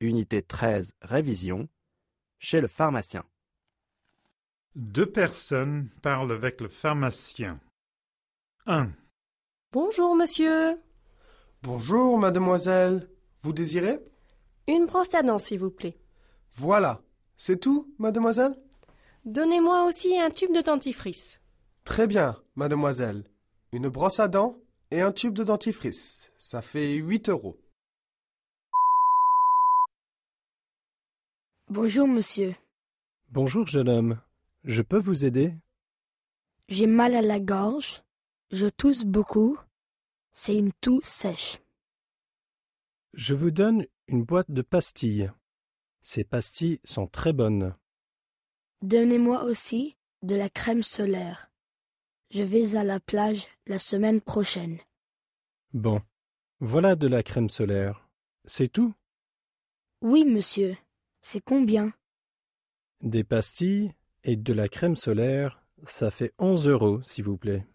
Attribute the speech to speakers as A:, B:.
A: unité 13, révision, chez le pharmacien.
B: Deux personnes parlent avec le pharmacien. 1.
C: Bonjour, monsieur.
D: Bonjour, mademoiselle. Vous désirez
C: Une brosse à dents, s'il vous plaît.
D: Voilà. C'est tout, mademoiselle
C: Donnez-moi aussi un tube de dentifrice.
D: Très bien, mademoiselle. Une brosse à dents et un tube de dentifrice. Ça fait 8 euros.
E: Bonjour, monsieur.
F: Bonjour, jeune homme. Je peux vous aider
E: J'ai mal à la gorge. Je tousse beaucoup. C'est une toux sèche.
F: Je vous donne une boîte de pastilles. Ces pastilles sont très bonnes.
E: Donnez-moi aussi de la crème solaire. Je vais à la plage la semaine prochaine.
F: Bon. Voilà de la crème solaire. C'est tout
E: Oui, monsieur. C'est combien
F: Des pastilles et de la crème solaire, ça fait 11 euros, s'il vous plaît.